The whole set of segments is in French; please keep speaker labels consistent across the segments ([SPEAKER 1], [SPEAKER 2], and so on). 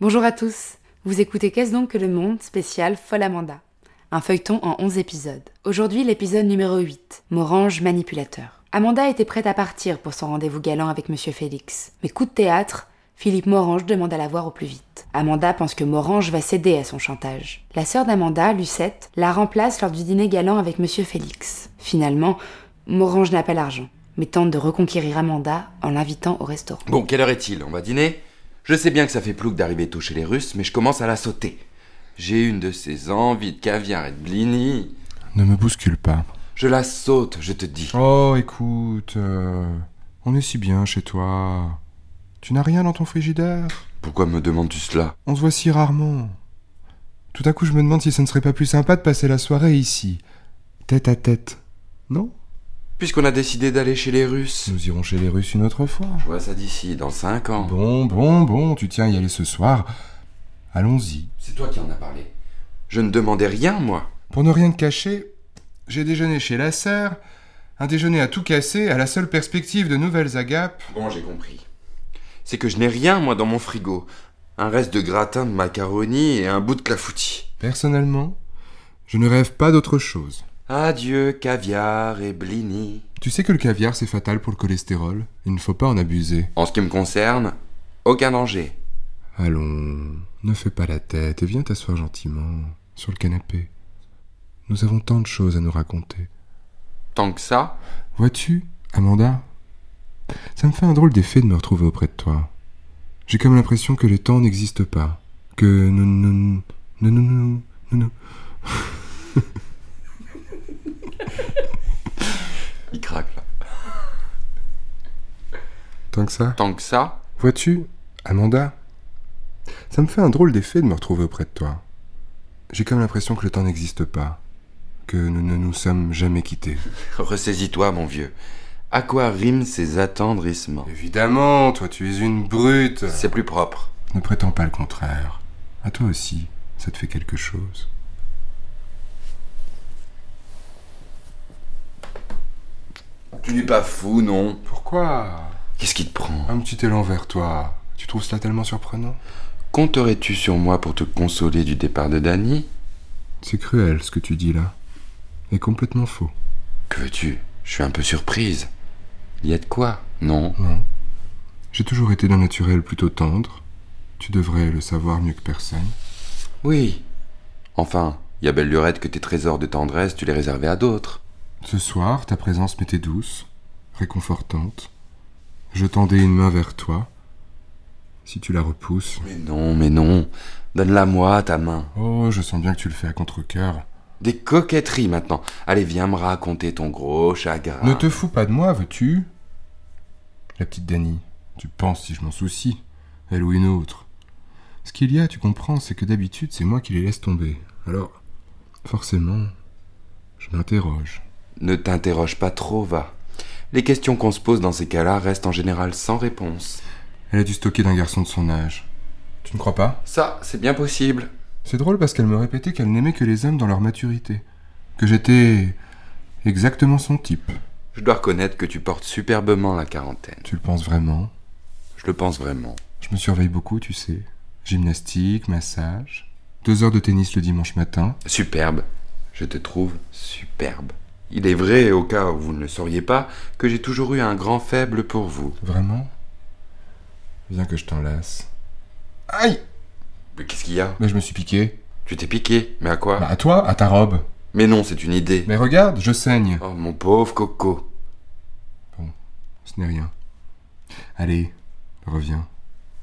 [SPEAKER 1] Bonjour à tous. Vous écoutez Qu'est-ce donc que le monde spécial Folle Amanda Un feuilleton en 11 épisodes. Aujourd'hui, l'épisode numéro 8. Morange manipulateur. Amanda était prête à partir pour son rendez-vous galant avec Monsieur Félix. Mais coup de théâtre, Philippe Morange demande à la voir au plus vite. Amanda pense que Morange va céder à son chantage. La sœur d'Amanda, Lucette, la remplace lors du dîner galant avec Monsieur Félix. Finalement, Morange n'a pas l'argent, mais tente de reconquérir Amanda en l'invitant au restaurant.
[SPEAKER 2] Bon, quelle heure est-il On va dîner Je sais bien que ça fait plouc d'arriver tôt chez les Russes, mais je commence à la sauter. J'ai une de ces envies de caviar et de blini.
[SPEAKER 3] Ne me bouscule pas.
[SPEAKER 2] Je la saute, je te dis.
[SPEAKER 3] Oh, écoute, euh, on est si bien chez toi. Tu n'as rien dans ton frigidaire
[SPEAKER 2] Pourquoi me demandes-tu cela
[SPEAKER 3] On se voit si rarement. Tout à coup, je me demande si ce ne serait pas plus sympa de passer la soirée ici, tête à tête. Non
[SPEAKER 2] Puisqu'on a décidé d'aller chez les Russes.
[SPEAKER 3] Nous irons chez les Russes une autre fois.
[SPEAKER 2] Je vois ça d'ici, dans 5 ans.
[SPEAKER 3] Bon, bon, bon, tu tiens à y aller ce soir. Allons-y.
[SPEAKER 2] C'est toi qui en as parlé. Je ne demandais rien, moi.
[SPEAKER 3] Pour ne rien te cacher, j'ai déjeuné chez la sœur, un déjeuner à tout casser, à la seule perspective de nouvelles agapes.
[SPEAKER 2] Bon, j'ai compris. C'est que je n'ai rien, moi, dans mon frigo. Un reste de gratin de macaroni et un bout de clafoutis.
[SPEAKER 3] Personnellement, je ne rêve pas d'autre chose.
[SPEAKER 2] Adieu, caviar et blini.
[SPEAKER 3] Tu sais que le caviar, c'est fatal pour le cholestérol. Il ne faut pas en abuser.
[SPEAKER 2] En ce qui me concerne, aucun danger.
[SPEAKER 3] Allons, ne fais pas la tête et viens t'asseoir gentiment sur le canapé. Nous avons tant de choses à nous raconter.
[SPEAKER 2] Tant que ça,
[SPEAKER 3] Vois-tu, Amanda Ça me fait un drôle d'effet de me retrouver auprès de toi. J'ai comme l'impression que les temps n'existent pas. Que nous nous nous nous nous nous nous-
[SPEAKER 2] il craque là.
[SPEAKER 3] Tant que ça.
[SPEAKER 2] Tant que ça,
[SPEAKER 3] Vois-tu, Amanda Ça me fait un drôle d'effet de me retrouver auprès de toi. J'ai comme l'impression que le temps n'existe pas. Que nous ne nous sommes jamais quittés.
[SPEAKER 2] ressaisis-toi, mon vieux. À quoi riment ces attendrissements
[SPEAKER 3] Évidemment, toi tu es une brute.
[SPEAKER 2] C'est plus propre.
[SPEAKER 3] Ne prétends pas le contraire. À toi aussi, ça te fait quelque chose.
[SPEAKER 2] Tu n'es pas fou, non
[SPEAKER 3] Pourquoi
[SPEAKER 2] Qu'est-ce qui te prend
[SPEAKER 3] Un petit élan vers toi. Tu trouves cela tellement surprenant
[SPEAKER 2] Compterais-tu sur moi pour te consoler du départ de Danny
[SPEAKER 3] C'est cruel ce que tu dis là. Et complètement faux.
[SPEAKER 2] Que veux-tu Je suis un peu surprise. Il y a de quoi Non
[SPEAKER 3] Non. J'ai toujours été d'un naturel plutôt tendre. Tu devrais le savoir mieux que personne.
[SPEAKER 2] Oui. Enfin, il y a belle lurette que tes trésors de tendresse, tu les réservais à d'autres.
[SPEAKER 3] Ce soir, ta présence m'était douce, réconfortante. Je tendais une main vers toi. Si tu la repousses.
[SPEAKER 2] Mais non, mais non. Donne-la moi, ta main.
[SPEAKER 3] Oh, je sens bien que tu le fais à contre-cœur.
[SPEAKER 2] Des coquetteries maintenant. Allez, viens me raconter ton gros chagrin.
[SPEAKER 3] Ne te fous pas de moi, veux-tu La petite Dany, tu penses si je m'en soucie, elle ou une autre. Ce qu'il y a, tu comprends, c'est que d'habitude, c'est moi qui les laisse tomber. Alors, forcément, je m'interroge.
[SPEAKER 2] Ne t'interroge pas trop, va. Les questions qu'on se pose dans ces cas-là restent en général sans réponse.
[SPEAKER 3] Elle a dû stocker d'un garçon de son âge. Tu ne crois pas
[SPEAKER 2] Ça, c'est bien possible.
[SPEAKER 3] C'est drôle parce qu'elle me répétait qu'elle n'aimait que les hommes dans leur maturité. Que j'étais exactement son type.
[SPEAKER 2] Je dois reconnaître que tu portes superbement la quarantaine.
[SPEAKER 3] Tu le penses vraiment
[SPEAKER 2] Je le pense vraiment.
[SPEAKER 3] Je me surveille beaucoup, tu sais. Gymnastique, massage. Deux heures de tennis le dimanche matin.
[SPEAKER 2] Superbe. Je te trouve superbe. Il est vrai, au cas où vous ne le sauriez pas, que j'ai toujours eu un grand faible pour vous.
[SPEAKER 3] Vraiment Viens que je t'enlace. Aïe
[SPEAKER 2] Mais qu'est-ce qu'il y a
[SPEAKER 3] Mais je me suis piqué.
[SPEAKER 2] Tu t'es piqué Mais à quoi
[SPEAKER 3] Bah à toi, à ta robe.
[SPEAKER 2] Mais non, c'est une idée.
[SPEAKER 3] Mais regarde, je saigne.
[SPEAKER 2] Oh, mon pauvre Coco.
[SPEAKER 3] Ce n'est rien. Allez, reviens.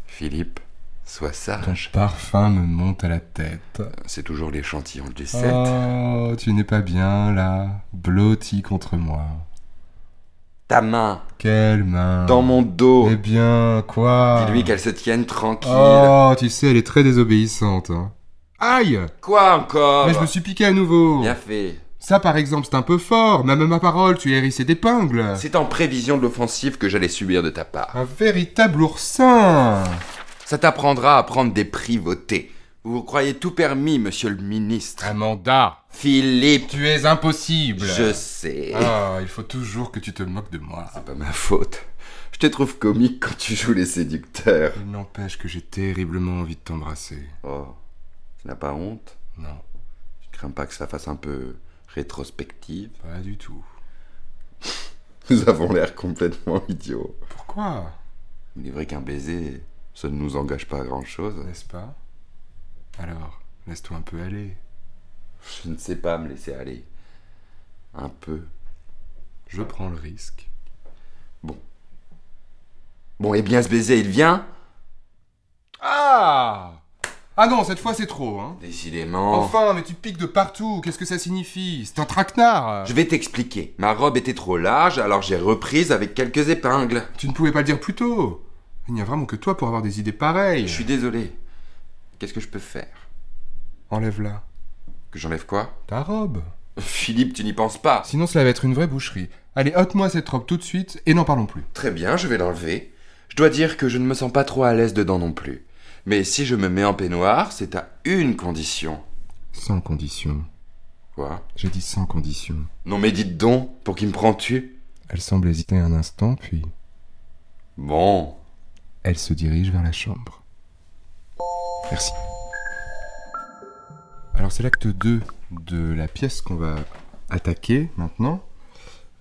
[SPEAKER 2] Philippe, sois
[SPEAKER 3] Ton
[SPEAKER 2] sage.
[SPEAKER 3] parfum me monte à la tête.
[SPEAKER 2] C'est toujours l'échantillon
[SPEAKER 3] Ah.
[SPEAKER 2] du 7.
[SPEAKER 3] Oh, tu n'es pas bien là, blotti contre moi.
[SPEAKER 2] Ta main,
[SPEAKER 3] Quelle main
[SPEAKER 2] dans mon dos.
[SPEAKER 3] Eh bien, quoi
[SPEAKER 2] Dis-lui qu'elle se tienne tranquille.
[SPEAKER 3] Ah. Oh, tu sais, elle est très désobéissante. hein. Aïe
[SPEAKER 2] Quoi encore
[SPEAKER 3] Mais je me suis piqué à nouveau.
[SPEAKER 2] Bien fait.
[SPEAKER 3] Ça, par exemple, c'est un peu fort. Même à ma parole, tu es hérissé d'épingles.
[SPEAKER 2] C'est en prévision de l'offensive que j'allais subir de ta part.
[SPEAKER 3] Un véritable oursin
[SPEAKER 2] Ça t'apprendra à prendre des privautés. Vous vous croyez tout permis, monsieur le ministre.
[SPEAKER 3] Amanda,
[SPEAKER 2] Philippe,
[SPEAKER 3] Ah. tu Ah. es impossible
[SPEAKER 2] je sais.
[SPEAKER 3] Ah, il faut toujours que tu te moques de moi.
[SPEAKER 2] C'est pas ma faute. Je te trouve comique quand tu joues les séducteurs.
[SPEAKER 3] Il n'empêche que j'ai terriblement envie de t'embrasser.
[SPEAKER 2] Oh, tu n'as pas honte
[SPEAKER 3] Non,
[SPEAKER 2] Tu crains pas que ça fasse un peu rétrospective
[SPEAKER 3] pas du tout.
[SPEAKER 2] Nous avons l'air complètement idiots.
[SPEAKER 3] Pourquoi
[SPEAKER 2] Il est vrai qu'un baiser, ça ne nous engage pas à grand-chose.
[SPEAKER 3] N'est-ce pas Alors, laisse-toi un peu aller.
[SPEAKER 2] Je ne sais pas me laisser aller. Un peu.
[SPEAKER 3] Je prends le risque.
[SPEAKER 2] Bon, eh bien, ce baiser, il vient
[SPEAKER 3] Ah Ah non, cette fois c'est trop, hein
[SPEAKER 2] Décidément.
[SPEAKER 3] Enfin, mais tu piques de partout, qu'est-ce que ça signifie C'est un traquenard
[SPEAKER 2] Je vais t'expliquer. Ma robe était trop large, alors j'ai reprise avec quelques épingles.
[SPEAKER 3] Tu ne pouvais pas le dire plus tôt Il n'y a vraiment que toi pour avoir des idées pareilles.
[SPEAKER 2] Je suis désolé. Qu'est-ce que je peux faire
[SPEAKER 3] Enlève-la.
[SPEAKER 2] Que j'enlève quoi
[SPEAKER 3] Ta robe
[SPEAKER 2] Philippe, tu n'y penses pas.
[SPEAKER 3] Sinon cela va être une vraie boucherie. Allez, ôte-moi cette robe tout de suite et n'en parlons plus.
[SPEAKER 2] Très bien, je vais l'enlever. Je dois dire que je ne me sens pas trop à l'aise dedans non plus. Mais si je me mets en peignoir, c'est à une condition.
[SPEAKER 3] Sans condition.
[SPEAKER 2] Quoi
[SPEAKER 3] J'ai dit sans condition.
[SPEAKER 2] Non mais dites donc, pour qui me prends-tu
[SPEAKER 3] Elle semble hésiter un instant, puis
[SPEAKER 2] Bon,
[SPEAKER 3] elle se dirige vers la chambre. Merci. Alors c'est l'acte 2 de la pièce qu'on va attaquer maintenant.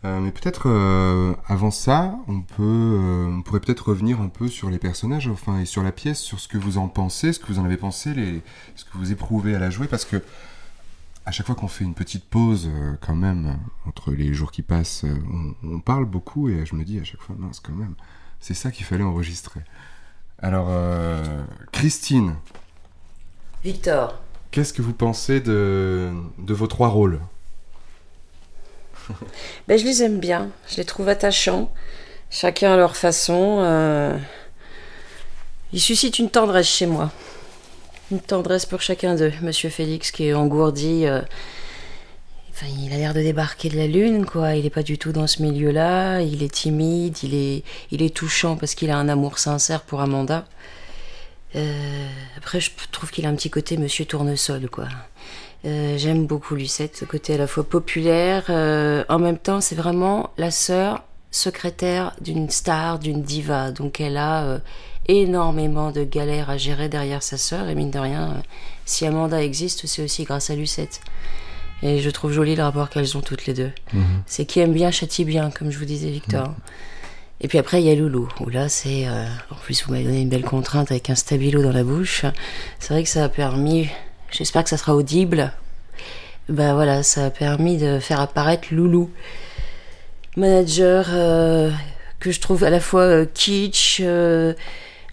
[SPEAKER 3] Euh, mais peut-être euh, avant ça, on peut, euh, on pourrait peut-être revenir un peu sur les personnages, enfin et sur la pièce, sur ce que vous en pensez, ce que vous en avez pensé, les, ce que vous éprouvez à la jouer, parce que à chaque fois qu'on fait une petite pause, euh, quand même, entre les jours qui passent, euh, on, on parle beaucoup et je me dis à chaque fois, mince, quand même, c'est ça qu'il fallait enregistrer. Alors, euh, Christine,
[SPEAKER 4] Victor,
[SPEAKER 3] qu'est-ce que vous pensez de, de vos trois rôles
[SPEAKER 4] ben, je les aime bien, je les trouve attachants, chacun à leur façon. euh, Ils suscitent une tendresse chez moi. Une tendresse pour chacun d'eux. Monsieur Félix qui est engourdi, euh, enfin, il a l'air de débarquer de la lune, quoi. Il n'est pas du tout dans ce milieu-là, il est timide, il est, il est touchant parce qu'il a un amour sincère pour Amanda. Euh, Après, je trouve qu'il a un petit côté Monsieur Tournesol, quoi. Euh, j'aime beaucoup Lucette, ce côté à la fois populaire, euh, en même temps c'est vraiment la sœur secrétaire d'une star, d'une diva, donc elle a euh, énormément de galères à gérer derrière sa sœur et mine de rien, euh, si Amanda existe c'est aussi grâce à Lucette. Et je trouve joli le rapport qu'elles ont toutes les deux. C'est qui aime bien châtie bien, comme je vous disais Victor. Et puis après, il y a Loulou, où là, c'est. euh, en plus, vous m'avez donné une belle contrainte avec un stabilo dans la bouche. C'est vrai que ça a permis. J'espère que ça sera audible. Ben voilà, ça a permis de faire apparaître Loulou. Manager euh, que je trouve à la fois euh, kitsch, euh,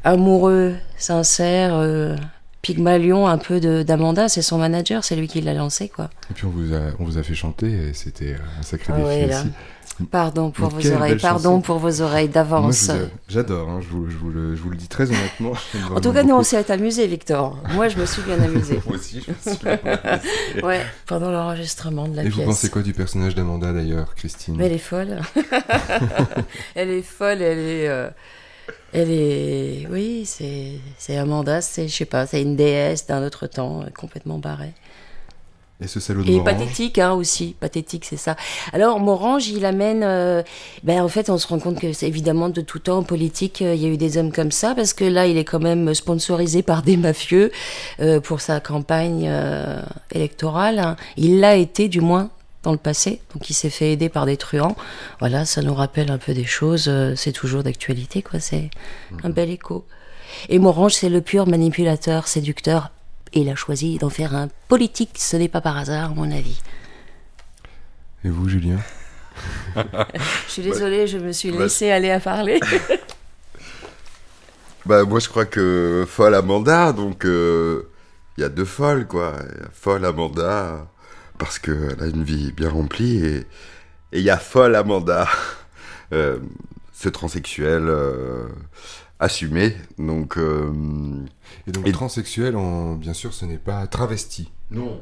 [SPEAKER 4] amoureux, sincère. euh, Pygmalion, un peu de- d'Amanda, c'est son manager, c'est lui qui l'a lancé, quoi.
[SPEAKER 3] Et puis on vous, a, on vous a fait chanter et c'était euh, un sacré
[SPEAKER 4] Ah
[SPEAKER 3] défi
[SPEAKER 4] ouais, là.
[SPEAKER 3] aussi.
[SPEAKER 4] Pardon pour
[SPEAKER 3] Mais
[SPEAKER 4] vos
[SPEAKER 3] quelle
[SPEAKER 4] oreilles,
[SPEAKER 3] belle
[SPEAKER 4] pardon
[SPEAKER 3] chanson.
[SPEAKER 4] pour vos oreilles
[SPEAKER 3] Moi,
[SPEAKER 4] d'avance.
[SPEAKER 3] je vous a- j'adore, hein, je, vous, je vous le, je vous le dis très honnêtement.
[SPEAKER 4] En tout cas, nous, on s'est amusé, Victor. Moi, je me suis bien amusée.
[SPEAKER 2] moi aussi je me suis lancé.
[SPEAKER 4] Ouais, pendant l'enregistrement de la
[SPEAKER 3] Et
[SPEAKER 4] pièce.
[SPEAKER 3] vous pensez quoi du personnage d'Amanda d'ailleurs, Christine
[SPEAKER 4] Mais elle est folle. elle est folle, elle est. euh, Elle est. Oui, c'est c'est Amanda, c'est, je sais pas, c'est une déesse d'un autre temps, euh, complètement barrée.
[SPEAKER 3] Et ce salaud de
[SPEAKER 4] Et
[SPEAKER 3] Morange
[SPEAKER 4] pathétique, hein, aussi. Pathétique, c'est ça. Alors, Morange, il amène. euh, ben, en fait, on se rend compte que, c'est évidemment, de tout temps, en politique, euh, il y a eu des hommes comme ça, parce que là, il est quand même sponsorisé par des mafieux euh, pour sa campagne euh, électorale. hein. Il l'a été, du moins, dans le passé. Donc, il s'est fait aider par des truands. Voilà, ça nous rappelle un peu des choses. euh, c'est toujours d'actualité, quoi. C'est
[SPEAKER 3] Mhm.
[SPEAKER 4] un bel écho. Et Morange, c'est le pur manipulateur, séducteur. Et il a choisi d'en faire un politique. Ce n'est pas par hasard, à mon avis.
[SPEAKER 3] Et vous, Julien
[SPEAKER 4] Je suis désolée, je me suis
[SPEAKER 2] Bah,
[SPEAKER 4] laissée aller à parler.
[SPEAKER 2] Bah moi je crois que folle Amanda, donc euh, il y a deux folles quoi. Y a Folle Amanda parce qu'elle a une vie bien remplie et il y a folle Amanda, euh, ce transsexuel euh, assumé. Donc euh,
[SPEAKER 3] Et donc,
[SPEAKER 2] Et-
[SPEAKER 3] transsexuel, en- bien sûr, ce n'est pas travesti.
[SPEAKER 2] non,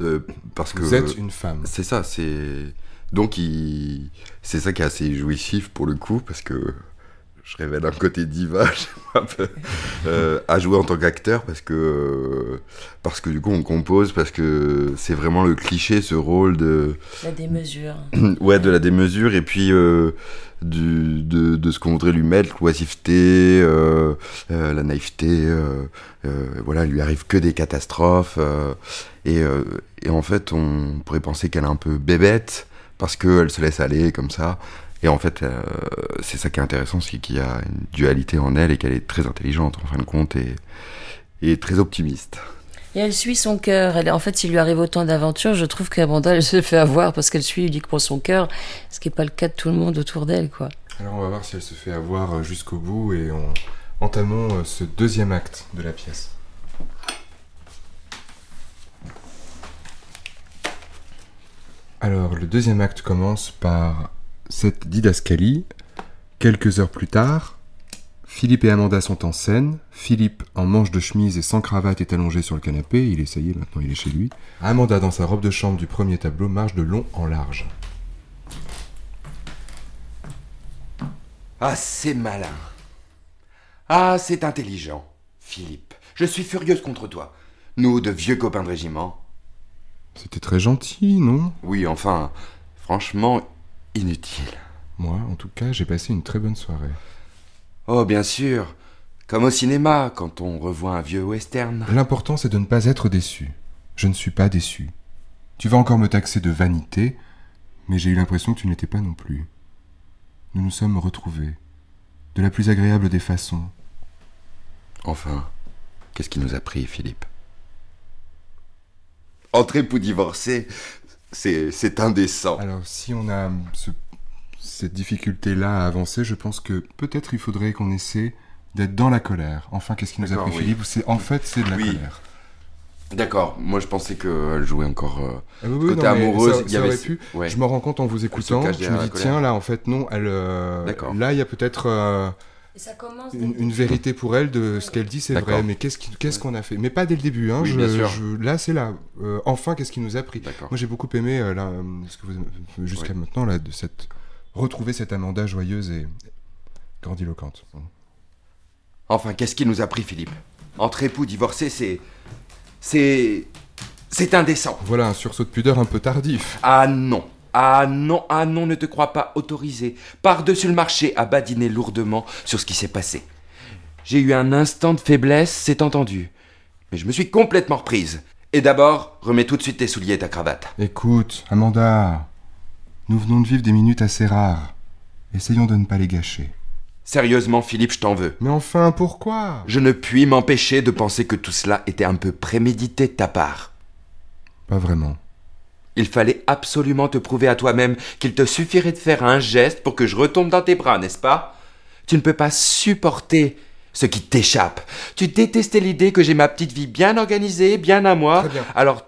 [SPEAKER 2] euh, parce que
[SPEAKER 3] Vous êtes une femme.
[SPEAKER 2] c'est ça, c'est donc il... c'est ça qui est assez jouissif pour le coup parce que
[SPEAKER 5] je rêvais d'un côté diva je sais pas, euh, à jouer en tant qu'acteur parce que parce que du coup on compose parce que c'est vraiment le cliché ce rôle de
[SPEAKER 4] La démesure.
[SPEAKER 5] ouais de la démesure et puis euh, du, de, de ce qu'on voudrait lui mettre l'oisiveté euh, euh, la naïveté euh, euh, voilà il lui arrive que des catastrophes euh, et, euh, et en fait on pourrait penser qu'elle est un peu bébête parce qu'elle se laisse aller comme ça et en fait euh, c'est ça qui est intéressant c'est qu'il y a une dualité en elle et qu'elle est très intelligente en fin de compte et, et très optimiste
[SPEAKER 4] Et elle suit son cœur. Elle, en fait, s'il lui arrive autant d'aventures, je trouve qu'Amanda, elle se fait avoir parce qu'elle suit uniquement son cœur, ce qui n'est pas le cas de tout le monde autour d'elle, quoi.
[SPEAKER 3] Alors on va voir si elle se fait avoir euh, jusqu'au bout et on... entamons euh, ce deuxième acte de la pièce. Alors le deuxième acte commence par cette didascalie. Quelques heures plus tard, Philippe et Amanda sont en scène. Philippe, en manche de chemise et sans cravate, est allongé sur le canapé. Il est, ça y est, maintenant il est chez lui. Amanda, dans sa robe de chambre du premier tableau, marche de long en large.
[SPEAKER 2] Ah, c'est malin. Ah, c'est intelligent, Philippe. Je suis furieuse contre toi. Nous, de vieux copains de régiment.
[SPEAKER 3] C'était très gentil, non
[SPEAKER 5] oui enfin franchement inutile
[SPEAKER 3] Moi, en tout cas, j'ai passé une très bonne soirée.
[SPEAKER 2] Oh, bien sûr. Comme au cinéma, quand on revoit un vieux western.
[SPEAKER 3] L'important, c'est de ne pas être déçu. Je ne suis pas déçu. Tu vas encore me taxer de vanité, mais j'ai eu l'impression que tu n'étais pas non plus. Nous nous sommes retrouvés, de la plus agréable des façons.
[SPEAKER 5] enfin qu'est-ce qui nous a pris Philippe
[SPEAKER 2] Entrer pour divorcer, c'est c'est indécent.
[SPEAKER 3] Alors, si on a ce- cette difficulté-là à avancer, je pense que peut-être il faudrait qu'on essaie d'être dans la colère. Enfin, qu'est-ce qui nous a
[SPEAKER 5] D'accord,
[SPEAKER 3] pris,
[SPEAKER 5] oui.
[SPEAKER 3] Philippe C'est- En fait, c'est de la
[SPEAKER 5] Oui.
[SPEAKER 3] colère.
[SPEAKER 5] D'accord, moi je pensais qu'elle jouait encore. euh,
[SPEAKER 3] Ah oui, oui,
[SPEAKER 5] Côté
[SPEAKER 3] non, mais
[SPEAKER 5] amoureuse,
[SPEAKER 3] ça-
[SPEAKER 5] il y
[SPEAKER 3] ça
[SPEAKER 5] avait
[SPEAKER 3] aurait
[SPEAKER 5] ce-
[SPEAKER 3] pu.
[SPEAKER 5] ouais.
[SPEAKER 3] Je m'en rends compte en vous écoutant.
[SPEAKER 5] cache
[SPEAKER 3] Je
[SPEAKER 5] derrière
[SPEAKER 3] me
[SPEAKER 5] la
[SPEAKER 3] dis,
[SPEAKER 5] colère.
[SPEAKER 3] tiens, là, en fait, non, elle. euh,
[SPEAKER 5] D'accord.
[SPEAKER 3] Là, il y a peut-être euh,
[SPEAKER 4] Et ça commence
[SPEAKER 3] une, une vérité pour elle de ce qu'elle dit, c'est
[SPEAKER 5] D'accord.
[SPEAKER 3] vrai. Mais qu'est-ce qui- qu'est-ce qu'on a fait Mais pas dès le début. Hein,
[SPEAKER 5] Oui,
[SPEAKER 3] je-
[SPEAKER 5] bien sûr.
[SPEAKER 3] je- là, c'est là. Euh, enfin, qu'est-ce qui nous a pris
[SPEAKER 5] D'accord.
[SPEAKER 3] Moi, j'ai beaucoup aimé, euh, là, euh, ce que vous avez- jusqu'à maintenant, là, de cette. retrouver cette Amanda joyeuse et grandiloquente.
[SPEAKER 2] Enfin, qu'est-ce qui nous a pris, Philippe Entre époux divorcés, c'est. C'est. C'est indécent.
[SPEAKER 3] Voilà, un sursaut de pudeur un peu tardif.
[SPEAKER 2] Ah non, ah non, ah non, ne te crois pas autorisé par-dessus le marché à badiner lourdement sur ce qui s'est passé. J'ai eu un instant de faiblesse, c'est entendu. Mais je me suis complètement reprise. Et d'abord, remets tout de suite tes souliers et ta cravate.
[SPEAKER 3] Écoute, Amanda, nous venons de vivre des minutes assez rares. Essayons de ne pas les gâcher.
[SPEAKER 2] Sérieusement, Philippe, je t'en veux.
[SPEAKER 3] Mais enfin, pourquoi
[SPEAKER 2] Je ne puis m'empêcher de penser que tout cela était un peu prémédité de ta part.
[SPEAKER 3] Pas vraiment.
[SPEAKER 2] Il fallait absolument te prouver à toi-même qu'il te suffirait de faire un geste pour que je retombe dans tes bras, n'est-ce pas Tu ne peux pas supporter ce qui t'échappe. Tu détestais l'idée que j'ai ma petite vie bien organisée, bien à moi.
[SPEAKER 3] Très bien.
[SPEAKER 2] Alors,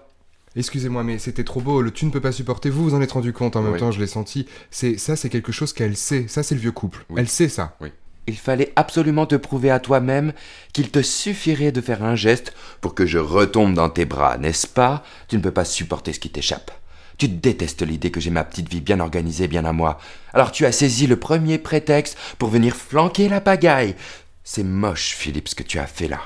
[SPEAKER 3] Excusez-moi, mais c'était trop beau. Le tu ne peux pas supporter. Vous vous en êtes rendu compte en même
[SPEAKER 5] Oui.
[SPEAKER 3] temps. Je l'ai senti. C'est ça, c'est quelque chose qu'elle sait. Ça, c'est le vieux couple. Elle sait ça.
[SPEAKER 2] il fallait absolument te prouver à toi-même qu'il te suffirait de faire un geste pour que je retombe dans tes bras, n'est-ce pas Tu ne peux pas supporter ce qui t'échappe. Tu détestes l'idée que j'ai ma petite vie bien organisée, bien à moi. Alors tu as saisi le premier prétexte pour venir flanquer la pagaille. C'est moche, Philippe, ce que tu as fait là.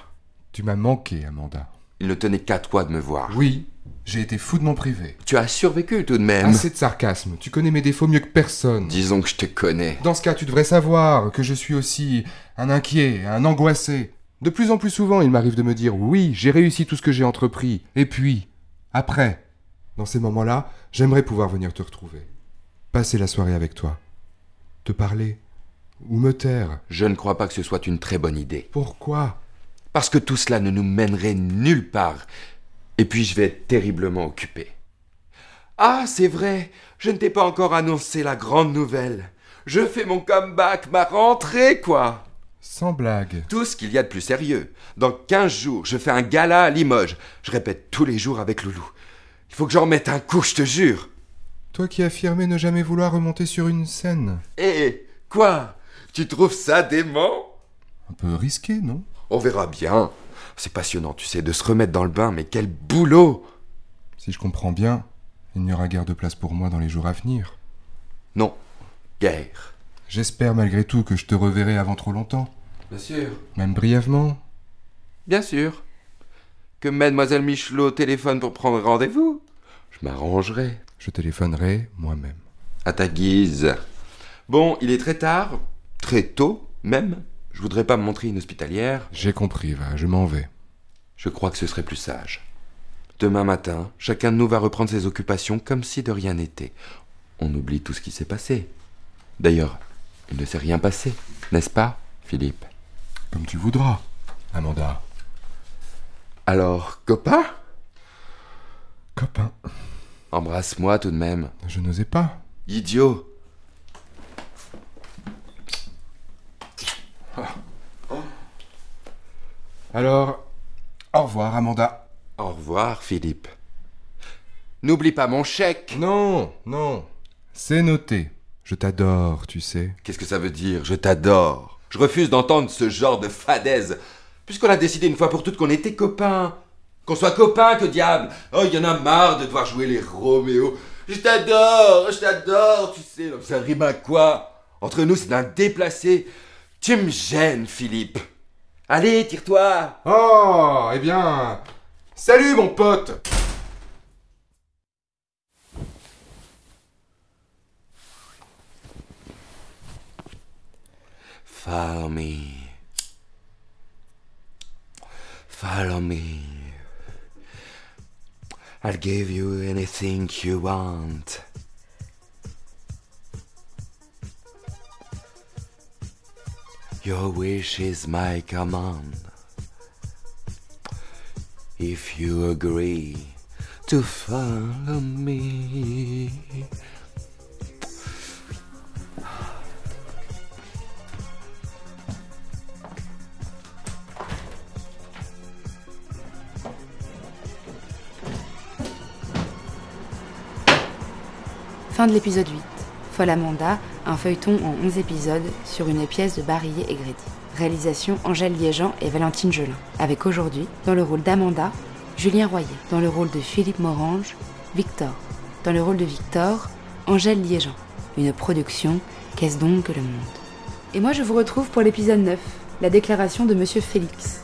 [SPEAKER 3] Tu m'as manqué, Amanda.
[SPEAKER 2] Il ne tenait qu'à toi de me voir.
[SPEAKER 3] Oui, j'ai été fou de mon privé.
[SPEAKER 2] Tu as survécu tout de même.
[SPEAKER 3] Assez de sarcasme. Tu connais mes défauts mieux que personne.
[SPEAKER 2] Disons que je te connais.
[SPEAKER 3] Dans ce cas, tu devrais savoir que je suis aussi un inquiet, un angoissé. De plus en plus souvent, il m'arrive de me dire oui, j'ai réussi tout ce que j'ai entrepris. Et puis, après, dans ces moments-là, j'aimerais pouvoir venir te retrouver. Passer la soirée avec toi. Te parler. Ou me taire.
[SPEAKER 2] Je ne crois pas que ce soit une très bonne idée.
[SPEAKER 3] Pourquoi
[SPEAKER 2] Parce que tout cela ne nous mènerait nulle part. Et puis je vais être terriblement occupé. Ah, c'est vrai, je ne t'ai pas encore annoncé la grande nouvelle. Je fais mon comeback, ma rentrée, quoi.
[SPEAKER 3] Sans blague.
[SPEAKER 2] Tout ce qu'il y a de plus sérieux. Dans 15 jours, je fais un gala à Limoges. Je répète tous les jours avec Loulou. Il faut que j'en mette un coup, je te jure.
[SPEAKER 3] Toi qui affirmais ne jamais vouloir remonter sur une scène.
[SPEAKER 2] Eh, quoi Tu trouves ça dément
[SPEAKER 3] Un peu risqué, non
[SPEAKER 2] On verra bien. C'est passionnant, tu sais, de se remettre dans le bain, mais quel boulot
[SPEAKER 3] Si je comprends bien, il n'y aura guère de place pour moi dans les jours à venir.
[SPEAKER 2] Non, guère.
[SPEAKER 3] J'espère malgré tout que je te reverrai avant trop longtemps,
[SPEAKER 2] Bien sûr.
[SPEAKER 3] même brièvement.
[SPEAKER 2] Bien sûr. Que mademoiselle Michelot téléphone pour prendre rendez-vous. Je m'arrangerai.
[SPEAKER 3] Je téléphonerai moi-même.
[SPEAKER 2] À ta guise. Bon, il est très tard. Très tôt, même. Je voudrais pas me montrer une hospitalière.
[SPEAKER 3] J'ai compris, va, je m'en vais.
[SPEAKER 2] Je crois que ce serait plus sage. Demain matin, chacun de nous va reprendre ses occupations comme si de rien n'était. On oublie tout ce qui s'est passé. D'ailleurs, il ne s'est rien passé, n'est-ce pas, Philippe
[SPEAKER 3] Comme tu voudras, Amanda.
[SPEAKER 2] Alors, copain
[SPEAKER 3] Copain,
[SPEAKER 2] Embrasse-moi tout de même.
[SPEAKER 3] je n'osais pas.
[SPEAKER 2] Idiot
[SPEAKER 3] Alors, au revoir, Amanda.
[SPEAKER 2] Au revoir, Philippe. N'oublie pas mon chèque
[SPEAKER 3] Non, non. C'est noté. Je t'adore, tu sais.
[SPEAKER 2] Qu'est-ce que ça veut dire Je t'adore. Je refuse d'entendre ce genre de fadaise. Puisqu'on a décidé une fois pour toutes qu'on était copains. Qu'on soit copains, que diable Oh, il y en a marre de devoir jouer les Roméo. Je t'adore, je t'adore, tu sais, là, ça rime à quoi Entre nous, c'est d'un déplacé. Tu me gênes, Philippe. Allez, tire-toi
[SPEAKER 3] Oh, eh bien. Salut, mon pote
[SPEAKER 2] Follow me. Follow me. I'll give you anything you want. Your wish is my command. If you agree to follow me.
[SPEAKER 1] Fin de l'épisode 8. Folle Amanda, un feuilleton en 11 épisodes sur une pièce de Barillet et Grédy. Réalisation Angèle Liégeant et Valentine Gelin. Avec aujourd'hui, dans le rôle d'Amanda, Julien Royer. Dans le rôle de Philippe Morange, Victor. Dans le rôle de Victor, Angèle Liégeant. Une production Qu'est-ce donc que le monde Et moi je vous retrouve pour l'épisode 9, la déclaration de Monsieur Félix.